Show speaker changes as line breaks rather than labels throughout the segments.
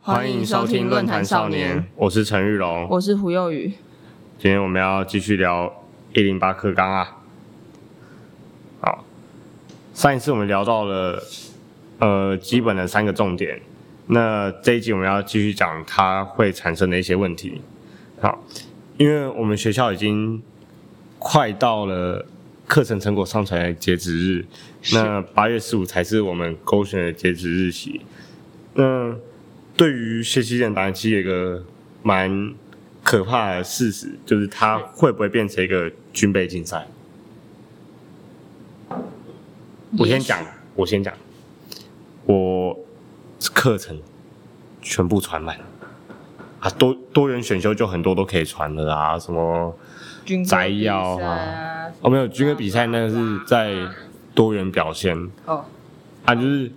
欢迎收听论坛少年，我是陈玉龙。
我是胡幼宇。
今天我们要继续聊一零八课纲啊。好，上一次我们聊到了呃基本的三个重点，那这一集我们要继续讲它会产生的一些问题。好，因为我们学校已经快到了课程成果上传的截止日，那八月十五才是我们勾选的截止日期。那对于学习简答，其实有一个蛮可怕的事实，就是它会不会变成一个军备竞赛？我先讲，啊我先讲，我课程全部传满啊，多多元选修就很多都可以传了啊，什么
军歌
摘要
比赛啊，
哦没有军歌比赛那个是在多元表现，
哦，
啊，就是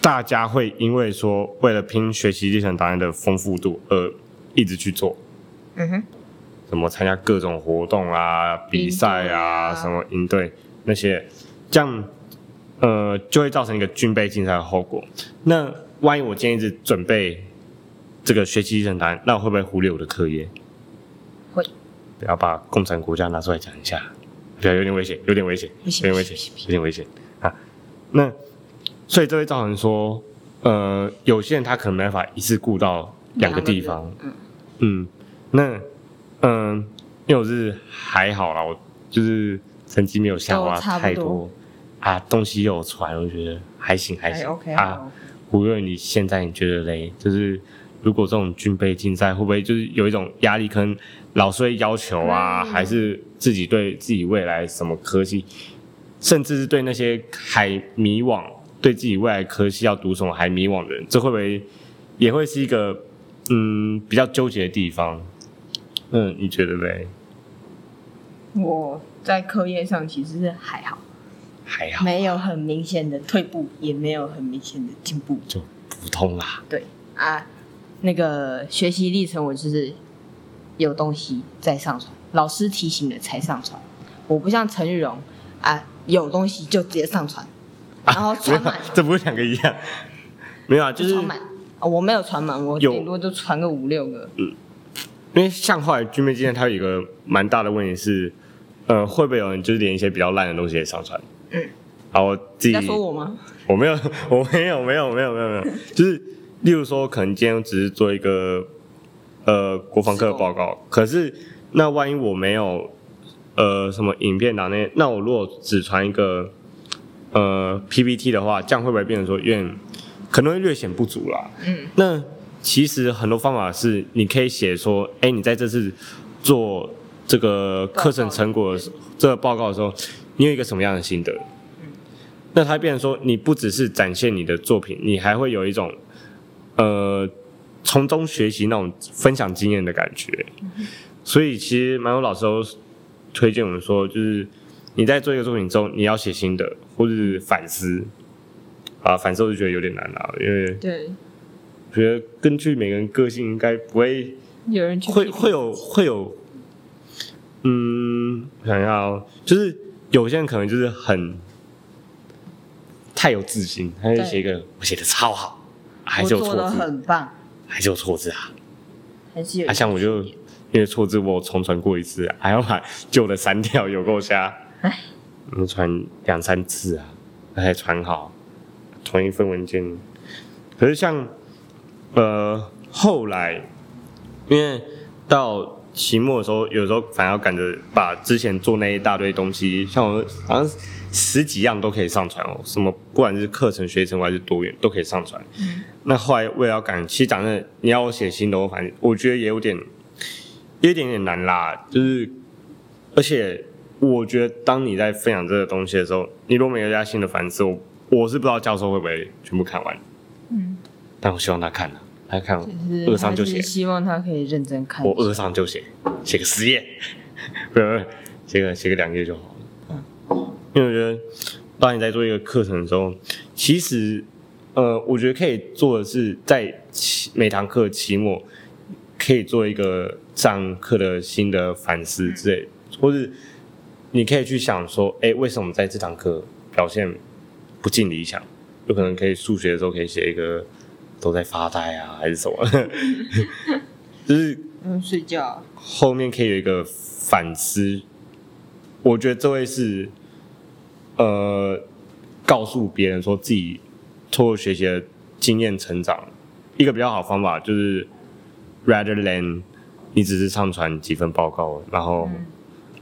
大家会因为说为了拼学习历程档案的丰富度而一直去做，
嗯哼，
什么参加各种活动啊、比赛啊、
营队啊
什么应对那些，这样呃就会造成一个军备竞赛的后果。那万一我今天一直准备这个学习历程档案，那我会不会忽略我的课业？
会，
不要把共产国家拿出来讲一下，对啊，有点危险，有点危险，
不
有
行
点危险，有点危险啊。那所以这会造成说，呃，有些人他可能没办法一次顾到两个地方，
嗯，
嗯，那嗯，因为我是还好啦，我就是成绩没有下滑
都差不多
太啊，东西又有传，我觉得还行还
还
行、
OK
啊。
啊，
无论你现在你觉得嘞，就是如果这种军备竞赛会不会就是有一种压力，可能老师会要求啊，
嗯
还是自己对自己未来什么科系，甚至是对那些还迷惘、对自己未来科系要读什么还迷惘的人，这会不会也会是一个嗯比较纠结的地方？嗯，你觉得嘞？
我在课业上其实是还好，
还好，
没有很明显的退步，也没有很明显的进步
就普通啦。
啊。那个学习历程，我就是有东西在上传，老师提醒了才上传。我不像陈玉荣啊，有东西就直接上传，然后
没有啊
传满，，
这不是两个一样。 没有啊，就是
传满。啊我没有传满，我
有
顶多就传个五六个。
因为像后来军备竞赛，它有一个蛮大的问题是，呃，会不会有人就是连一些比较烂的东西也上传？
嗯，
然后自
你
己
在说我吗？
我没有，我没有，没有，没有，没有，没有，就是例如说，可能今天只是做一个呃国防课的报告，可是那万一我没有呃什么影片档那，那我如果只传一个呃 PPT 的话，这样会不会变成说有点可能会略显不足啦？
嗯，
那其实很多方法是你可以写说，哎、你在这次做这个课程成果的时这个报告的时候，你有一个什么样的心得？那它变成说，你不只是展现你的作品，你还会有一种呃从中学习那种分享经验的感觉。所以其实蛮多老师都推荐我们说，就是你在做一个作品之后，你要写心得或是反思。啊，反思我就觉得有点难啊，因为
对，
觉得根据每个人个性，应该不会
有人去
会会有会有，嗯，我想一下哦，就是有些人可能就是很太有自信，他就
对
写一个我写的超好，还
我
是有
做
错
的
字，
很棒，
还是有错字啊。
还是有
啊，像我就因为错字我重传过一次，还要把旧的删掉，有够瞎。你传两三次啊，还传好，同一份文件。可是像呃后来，因为到期末的时候，有时候反而要赶着把之前做那一大堆东西，像我好像十几样都可以上传哦，什么不管是课程、学程还是多元都可以上传。
嗯
那后来为了要赶，其实讲真的，你要我写新的，我反正我觉得也有点，也有一点点难啦。就是，而且我觉得当你在分享这个东西的时候，你如果没有加新的反思，我我是不知道教授会不会全部看完，
嗯，
但我希望他看了、他看了
就是
二上就
还是
写，
希望他可以认真看。
我二上就写，写个十页， 不不，不写个写个两页就好了。因为我觉得，当你在做一个课程的时候，其实，呃，我觉得可以做的是，在期每堂课期末可以做一个上课的新的反思之类，或是你可以去想说，哎、为什么在这堂课表现不尽理想？有可能可以数学的时候可以写一个都在发呆啊，还是什么， 就是
嗯，睡觉啊，
后面可以有一个反思。我觉得这位是，呃，告诉别人说自己透过学习的经验成长，一个比较好的方法就是 rather than 你只是上传几份报告，然后
嗯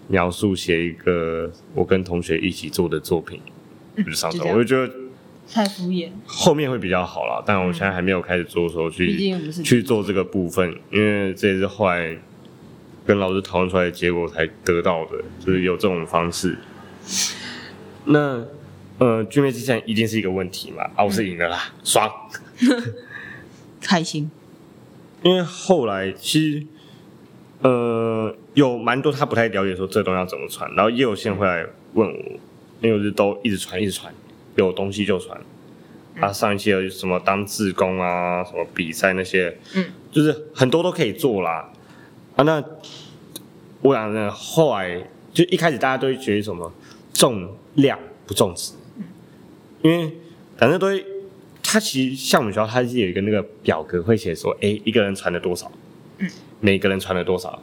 描述写一个我跟同学一起做的作品，就是上
嗯
传。
就这样
我就觉得
太敷衍，
后面会比较好啦，但我现在还没有开始着手去
毕竟不是
去做这个部分，因为这也是后来跟老师讨论出来的结果才得到的，就是有这种方式。那呃，聚妹之前一定是一个问题嘛，啊，我是赢了啦，爽！
开心。
因为后来其实呃有蛮多他不太了解说这东西要怎么传，然后也有些人会来问我，因为我是都一直传一直传，有东西就传。啊，上一期有什么当志工啊，什么比赛那些，
嗯，
就是很多都可以做啦。啊，那我想呢，后来就一开始大家都会觉得什么重量不重质，因为反正都会，它其实像我们学校它是有一个那个表格会写说，哎、一个人传了多少，每个人传了多少。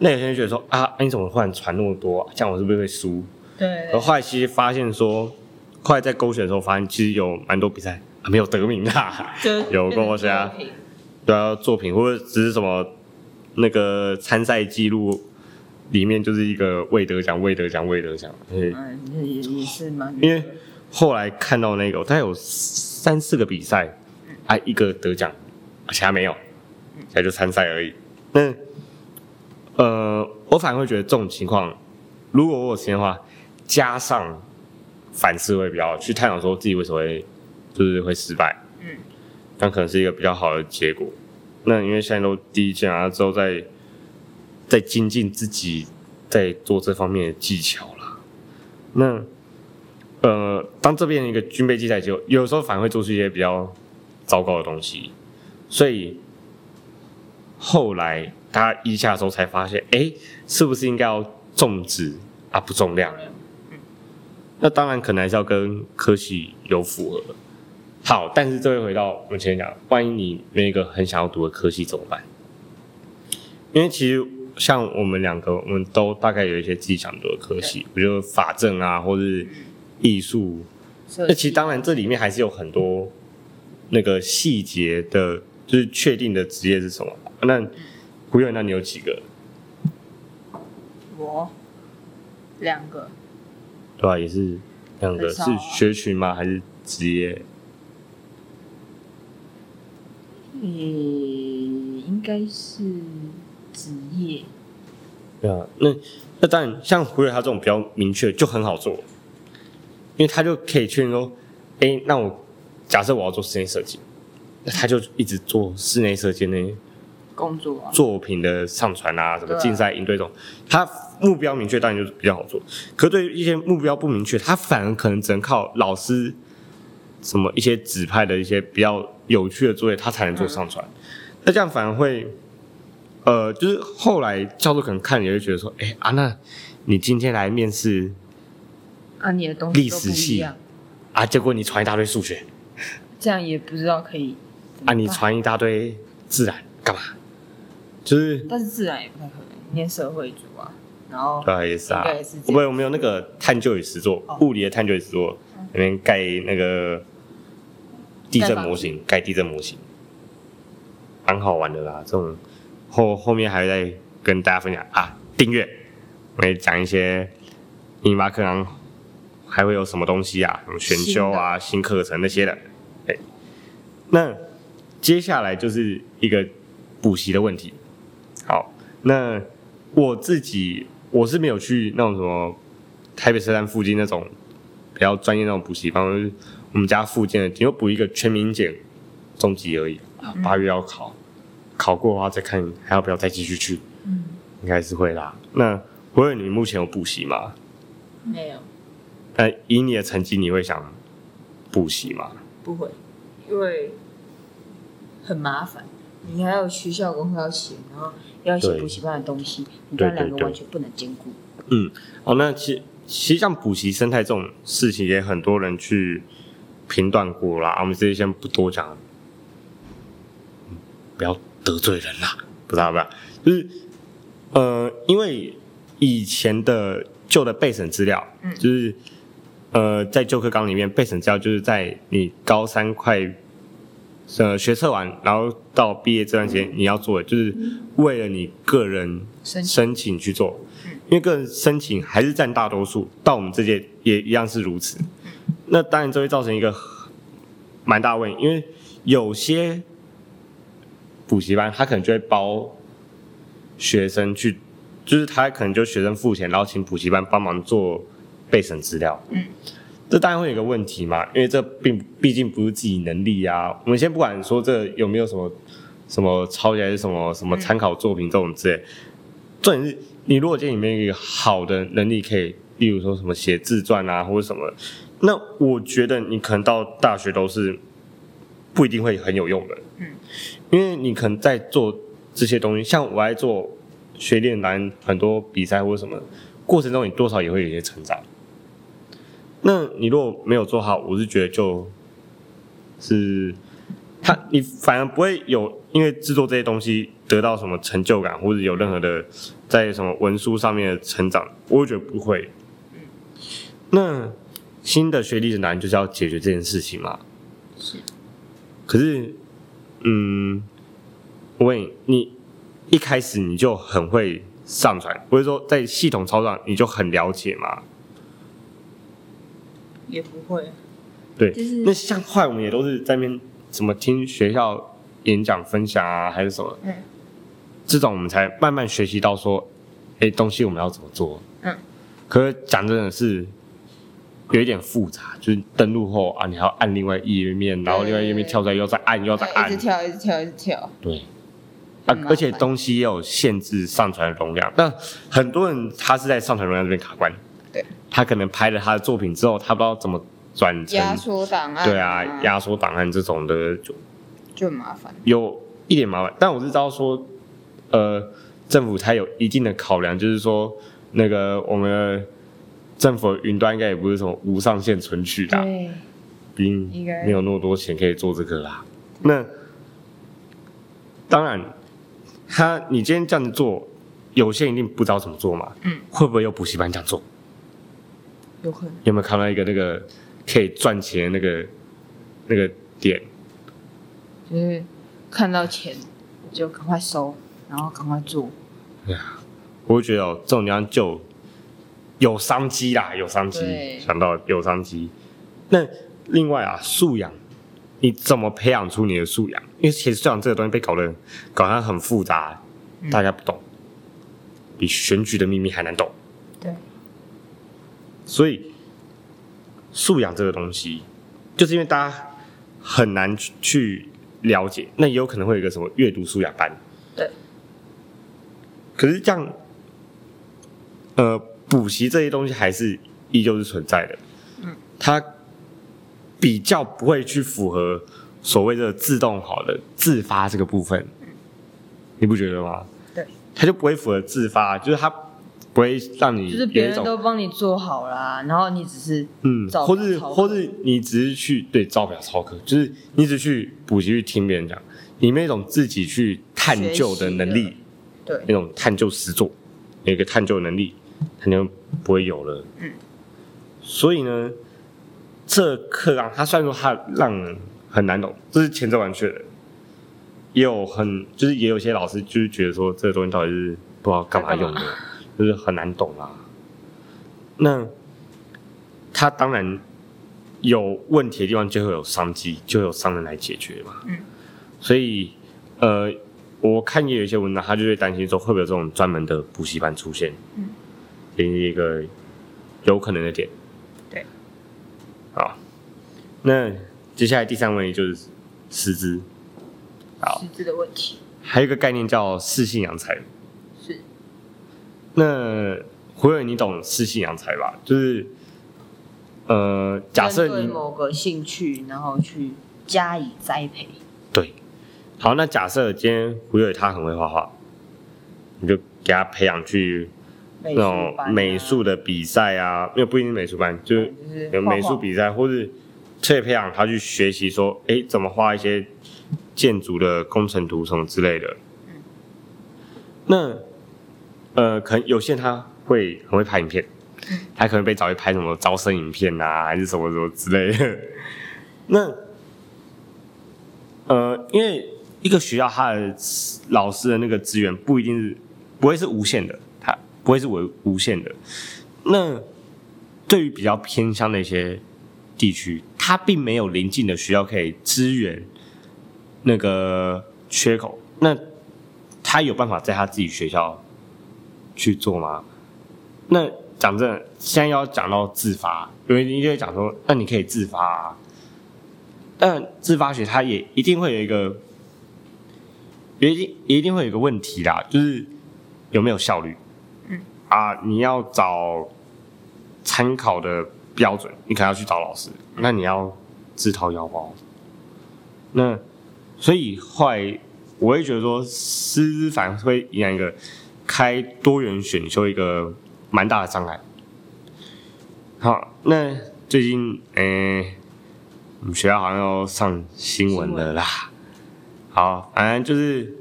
那有些人觉得说啊，啊你怎么忽然传那么多、啊？这样我是不是会输？
对
然后后来其实发现说，后来在勾选的时候发现，其实有蛮多比赛、啊、没有得名啦，
就
有跟我
家
讲 对啊，作品或者只是什么那个参赛记录里面就是一个未得奖、未得奖、未得奖。嗯，
嗯，也也是蛮
因为后来看到那个，大概有三四个比赛，啊，一个得奖，其他没有，其他就参赛而已。那呃，我反而会觉得这种情况，如果我有时间的话，加上反思会比较好去探讨说自己为什么会就是会失败，
嗯，
但可能是一个比较好的结果。那因为现在都第一届啊，之后再再精进自己，在做这方面的技巧啦。那呃，当这边一个军备竞赛结果，有时候反而会做出一些比较糟糕的东西，所以后来大家一下的时候才发现，哎、是不是应该要重质啊，不重量？那当然可能还是要跟科系有符合。好，但是这会回到我们前面讲，万一你没有一个很想要读的科系怎么办？因为其实像我们两个，我们都大概有一些自己想读的科系，比如说法政啊，或是艺术。
设计
那其实当然这里面还是有很多那个细节的，就是确定的职业是什么。那胡友，那你有几个？
我两个
对啊，也是两个
很
是
少啊
学群吗？还是职业？
嗯，应该是职业，
对啊，那那当然，像胡瑞他这种比较明确就很好做，因为他就可以确认说，哎、那我假设我要做室内设计，那他就一直做室内设计那些
工作啊，
作品的上传啊，什么
对啊
竞赛应对这种，他目标明确当然就是比较好做。可对于一些目标不明确，他反而可能只能靠老师什么一些指派的一些比较有趣的作业，他才能做上传。那这样反而会，呃，就是后来教授可能看也会觉得说，哎、啊，那你今天来面试
啊，你的东西
历
都
史
不一
系
样，
啊，结果你传一大堆数学，
这样也不知道可以怎么
啊，你
办，
传一大堆自然干嘛？就是
但是自然也不太可能，念社会组啊，然后
对，也是啊
应该也是。这
我们
样
有没有那个探究与实作
哦？
物理的探究与实作，那边盖那个地震模型，盖地震模型，蛮好玩的啦。这种后后面还在跟大家分享啊，订阅，我也讲一些星巴克啊，还会有什么东西啊，什么选修啊、新课程那些的。哎，那接下来就是一个补习的问题。好，那我自己我是没有去那种什么台北车站附近那种比较专业那种补习班，我就是我们家附近的，顶多补一个全民检中级而已。啊八月要考，考过的话再看还要不要再继续去，
嗯，
应该是会啦。那不会，你目前有补习吗？
没有
那以你的成绩，你会想补习吗？
不会，因为很麻烦，你还有学校功课要写，然后要写
对
补习班的东西，你这
对
样两
对
个
对
完全不能兼顾。
哦，那其其实像补习生态这种事情，也很多人去评断过啦。我们这些先不多讲。不要得罪人啦，不知道不知道，就是呃，因为以前的旧的备审资料，
嗯
就是呃，在旧课纲里面备审资料就是在你高三快呃学测完，然后到毕业这段时间你要做的，就是为了你个人
申请
申请去做
嗯，
因为个人申请还是占大多数，到我们这届也一样是如此。那当然这会造成一个蛮大的问题，因为有些补习班他可能就会包学生去，就是他可能就学生付钱，然后请补习班帮忙做备审资料。
嗯，
这当然会有一个问题嘛，因为这并毕竟不是自己能力啊。我们先不管说这有没有什么什么抄袭还是什么什么参考作品这种之类，重点是你如果今天里面有一个好的能力，可以例如说什么写自传啊或者什么，那我觉得你可能到大学都是不一定会很有用的。
嗯，
因为你可能在做这些东西，像我在做学练篮很多比赛或者什么过程中，你多少也会有一些成长。那你如果没有做好，我是觉得就是他你反而不会有因为制作这些东西得到什么成就感，或者有任何的在什么文书上面的成长，我觉得不会。那新的学历的难就是要解决这件事情嘛。
是。
可是，嗯，我问你，你一开始你就很会上传，或者说在系统操作上你就很了解嘛？
也不会，
对，
就是
那像后来我们也都是在那边怎么听学校演讲分享啊，还是什么，
嗯
这种我们才慢慢学习到说，哎、东西我们要怎么做。
嗯，
可是讲真的是有一点复杂，就是登录后啊，你还要按另外一页面，然后另外一页面跳出来又再按，又要再
一
按
直，跳，一直跳，一直跳，
对。啊
很麻，烦
而且东西也有限制上传容量，但很多人他是在上传容量这边卡关，
对，
他可能拍了他的作品之后，他不知道怎么转成
压缩档案，
对啊，压缩档案这种的就
就很麻烦，
有一点麻烦，但我是知道说，呃，政府它有一定的考量，就是说那个我们的政府的云端应该也不是什么无上限存取的啊、
对，
毕竟
应该
没有那么多钱可以做这个啦。那当然，他你今天这样子做，有些人一定不知道怎么做嘛，
嗯，
会不会有补习班这样做？
有可能
你有没有看到一个那个可以赚钱的那个那个点？
就是看到钱就赶快收，然后赶快做，
我会觉得哦，这种地方就有商机啦，有商机
对。
想到有商机，那另外啊，素养，你怎么培养出你的素养？因为其实素养这个东西被搞得搞得很复杂，
嗯
大家不懂，比选举的秘密还难懂。
对，
所以素养这个东西，就是因为大家很难去去了解，那也有可能会有一个什么阅读素养班。
对。
可是这样，呃，补习这些东西还是依旧是存在的。
嗯。
它比较不会去符合所谓的自动好的自发这个部分，你不觉得吗？
对，
它就不会符合自发，就是它不会让你
就是
有
别
一
人
种
都帮你做好啦，然后你只是
嗯，
照
或
表
是
操课
或是你只是去对照表操课，就是你只去补习去听别人讲，你没有一种自己去探究的能
学
力
习，对
那种探究实作，有一个探究能力，他就不会有了。
嗯，
所以呢，这课啊，它虽然说它让人很难懂，这是千真万确的，也有很就是也有些老师就是觉得说这个东西到底是不知道干嘛用的，就是很难懂啊。那它当然有问题的地方就会有商机，就会有商人来解决嘛。
嗯，
所以呃，我看也有一些文章，他就会担心说会不会有这种专门的补习班出现，
嗯，
这是一个有可能的点。
对，
好，那接下来第三位就是师资，好
实质的问题
还有一个概念叫适性扬才。
是
那胡友，你懂适性扬才吧？就是呃，假设
针对
你
某个兴趣，然后去加以栽培，
对，好，那假设今天胡友他很会画画，你就给他培养去
美
那
术
种
班啊
美术的比赛啊，因为不一定是美术班，就是
就是
有美
画
术
画
比赛，或是特别培养他去学习说，哎、怎么画一些建筑的工程图什么之类的。
嗯
那呃，可能有些人他会很会拍影片，
嗯
他可能被找去拍什么招生影片啊，还是什么什么之类 的。那呃，因为一个学校他的老师的那个资源不一定是不会是无限的，它不会是无无限的。那对于比较偏乡的一些地区，它并没有邻近的学校可以支援那个缺口，那他有办法在他自己学校去做吗？那讲真的，现在要讲到自发，有人一定会讲说，那你可以自发、啊，但自发学它也一定会有一个，也一定也一定会有一个问题啦，就是有没有效率？嗯啊，你要找参考的标准，你可能要去找老师，那你要自掏腰包。那所以后来我会觉得说，师资反而会影响一个开多元选修一个蛮大的障碍。好，那最近诶、我们学校好像要上新闻了啦。好，反正就是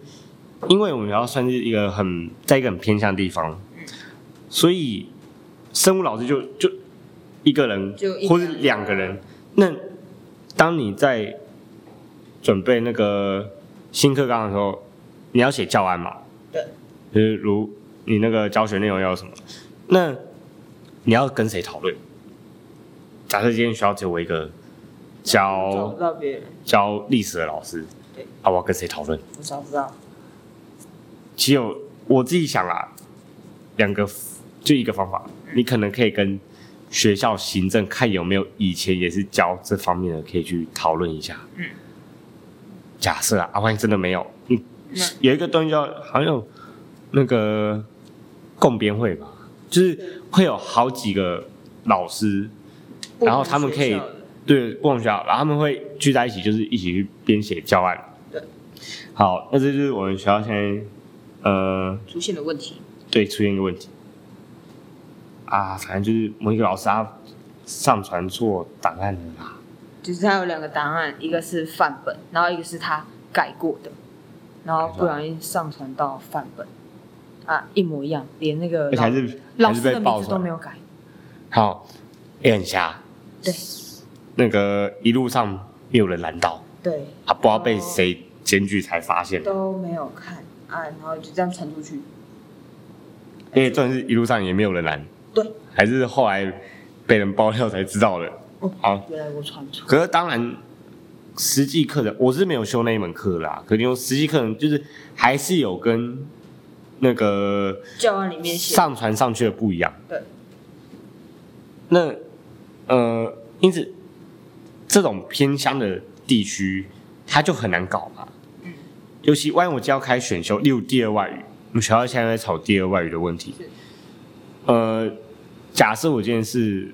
因为我们学校算是一个很在一个很偏向的地方，所以生物老师就就一个人
就一
或是
个人
两个人。那当你在准备那个新课纲的时候，你要写教案嘛？
对，
就是如你那个教学内容要有什么，那你要跟谁讨论？假设今天学校只有我一个教
找不到别人，
教历史的老师，
对
啊，我要跟谁讨论？
我找不到。
其实我我自己想啊，两个就一个方法，
嗯
你可能可以跟学校行政看有没有以前也是教这方面的，可以去讨论一下。
嗯，
假设啊，啊万一真的没有，嗯
那，
有一个东西叫好像有那个共编会吧，就是会有好几个老师，然后他们可以
不同学校的
对，不同学校，然后他们会聚在一起，就是一起去编写教案。
对，
好，那这就是我们学校现在呃，
出现的问题，
对出现一个问题啊，反正就是某一个老师他上传错档案了啦，
就是他有两个档案，一个是范本，然后一个是他改过的，然后不小心上传到范本，啊，一模一样，连那个
而且还
老
是
老
还
师
是被
的
爆
名
出
字
来
都没有改，
好，也很瞎。
对
那个一路上没有人拦到，
对，
啊，不知道
哦
被谁检举才发现，
都没有看啊，然后就这样传出去，
因为重点是一路上也没有人拦，
对，
还是后来被人爆料才知道的。
哦，
好，
原来我传错，
可是当然，实际课程我是没有修那一门课啦，可是用实际课程就是还是有跟那个
教案里面写
上传上去的不一样。
对，
那呃，因此这种偏乡的地区，它就很难搞嘛。
嗯
尤其万一我今天要开选修，例如第二外语，我们学校现在在吵第二外语的问题
是。
呃，假设我今天是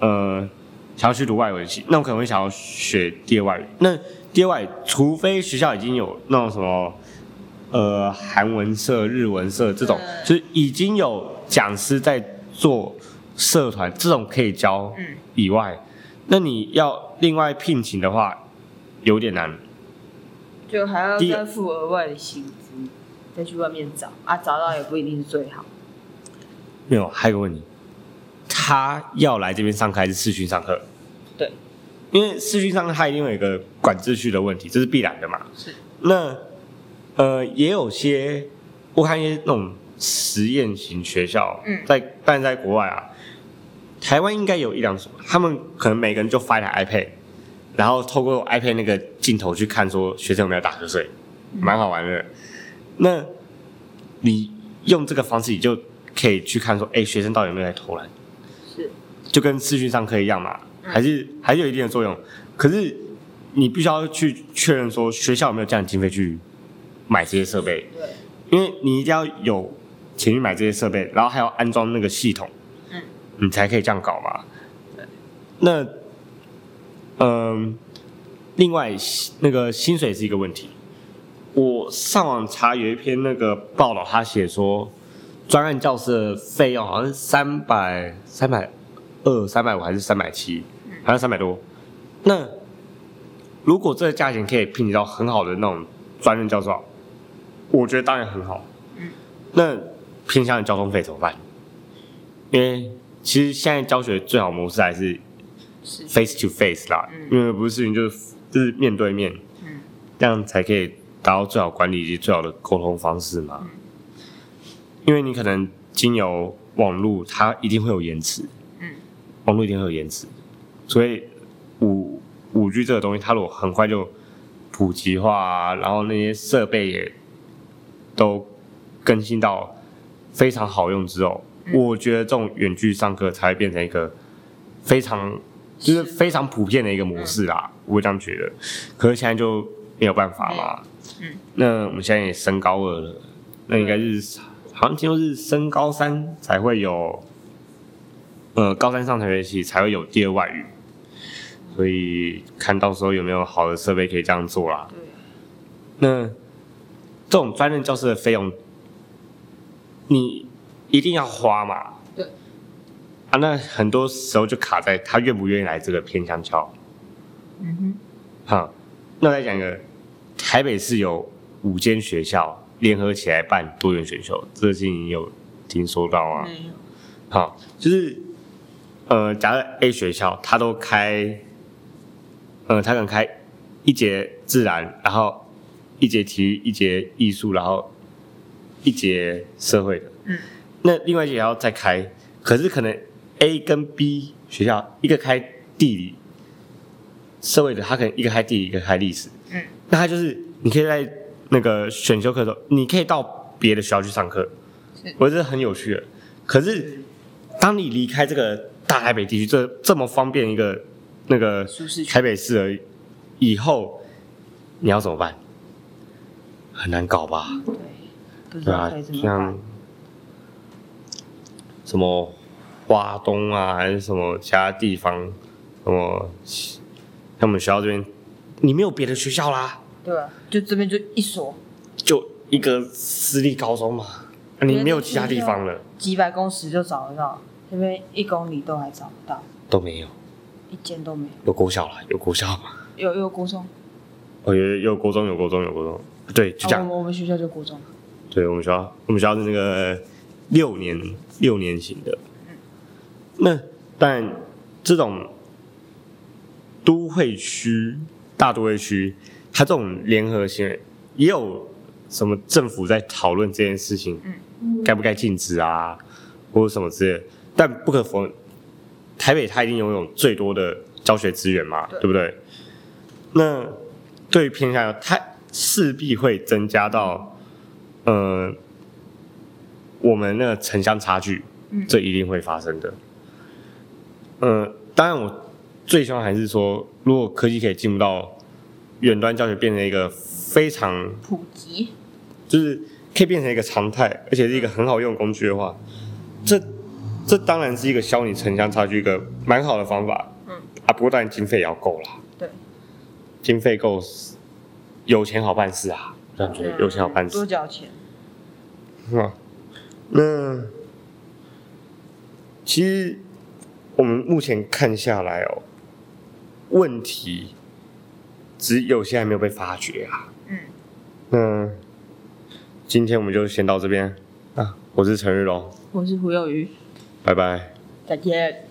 呃想要去读外文系，那我可能会想要学第二外语。那第二外语，除非学校已经有那种什么呃韩文社、日文社这种，
嗯
就是已经有讲师在做社团，这种可以教
嗯
以外，那你要另外聘请的话，有点难。
就还要
第一
再付额外的薪资，再去外面找啊，找到也不一定是最好，
没有，还有个问题，他要来这边上课还是视讯上课？
对，
因为视讯上课他一定会有一个管秩序的问题，这是必然的嘛。
是
那呃，也有些我看一些那种实验型学校，
嗯
在但在国外啊，台湾应该有一两所，他们可能每个人就发一台 iPad，然后透过 iPad 那个镜头去看说学生有没有打瞌睡，
嗯
蛮好玩的。那你用这个方式，你就可以去看说，哎、学生到底有没有在偷懒？
是，
就跟视讯上课一样嘛，
嗯
还是还是有一定的作用。可是你必须要去确认说学校有没有这样的经费去买这些设备，
对，
因为你一定要有钱去买这些设备，然后还要安装那个系统，
嗯，
你才可以这样搞嘛。那，嗯、另外那个薪水是一个问题。我上网查有一篇那个报道，他写说专案教师的费用好像是三百三百二、三百五还是三百七，好像三百多。那如果这个价钱可以聘请到很好的那种专任教授，啊我觉得当然很好。
嗯
那偏向的交通费怎么办？因为其实现在教学最好的模式还是
是
face to face 啦，
嗯
因为不是事情就是就是面对面，
嗯
这样才可以达到最好管理以及最好的沟通方式
嗯
嘛。因为你可能经由网络，它一定会有延迟，
嗯
网络一定会有延迟，所以五五 G 这个东西，它如果很快就普及化、啊，然后那些设备也都更新到非常好用之后，
嗯
我觉得这种远距上课才会变成一个非常就是
是嗯
非常普遍的一个模式啦，我会这样觉得。可是现在就没有办法嘛。
嗯嗯
那我们现在也升高二了，那应该是好像听说是升高三才会有，呃，高三上学期才会有第二外语，所以看到时候有没有好的设备可以这样做啦。
对
那这种专任教师的费用，你一定要花嘛？
对。
啊，那很多时候就卡在他愿不愿意来这个偏乡教。
嗯哼
哈，那我再讲一个，台北市有五间学校联合起来办多元选修，这个事情你有听说到吗？
没有
好，就是呃，假如 A 学校它都开，呃，它可能开一节自然，然后一节体育，一节艺术，然后一节社会的。
嗯。
那另外一节也要再开，可是可能 A 跟 B 学校一个开地理、社会的，它可能一个开地理，一个开历史。
嗯
那它就是你可以在那个选修课的时候，你可以到别的学校去上课
是，
我觉得很有趣的。可是当你离开这个大台北地区，这这么方便一个那个
舒适
台
圈
北市而已，以后你要怎么办？很难搞吧？
对，不知
对
道
啊
该，怎么
像
办。
什么花东啊，还是什么其他地方，什么像我们学校这边，你没有别的学校啦。
对啊，就这边就一所
就一个私立高中嘛，啊你没有其他地方了，
几百公尺就找得到，这边一公里都还找不到，
都没有，
一间都没有。
有国小了，有国校，
有有国中，
哦，有有国中，有国中，有国中，对，就这
啊我
样，
们我们学校就国中，
对我们学校，我们学校是那个六年六年型的，那当然这种都会区、大都会区，它这种联合行为也有什么政府在讨论这件事情，该不该禁止啊，或者什么之类的。但不可否认，台北它已经拥有最多的教学资源嘛，
对
对不对？那对于偏向，它势必会增加到，呃，我们那个城乡差距，
嗯
这一定会发生的。嗯，当然我最希望还是说，如果科技可以进步到远端教学，变成一个非常
普及，
就是可以变成一个常态，而且是
嗯
一个很好用的工具的话，这这当然是一个消你城乡差距一个蛮好的方法。
嗯
啊，不过当然经费也要够啦，
对，
经费够，有钱好办事啊，我这样觉得有钱好办事
多。缴钱，
啊，那其实我们目前看下来哦，问题只有些还没有被发掘啊。
嗯，
那今天我们就先到这边啊，我是陈玉龙，
我是胡有余，
拜拜。
再见。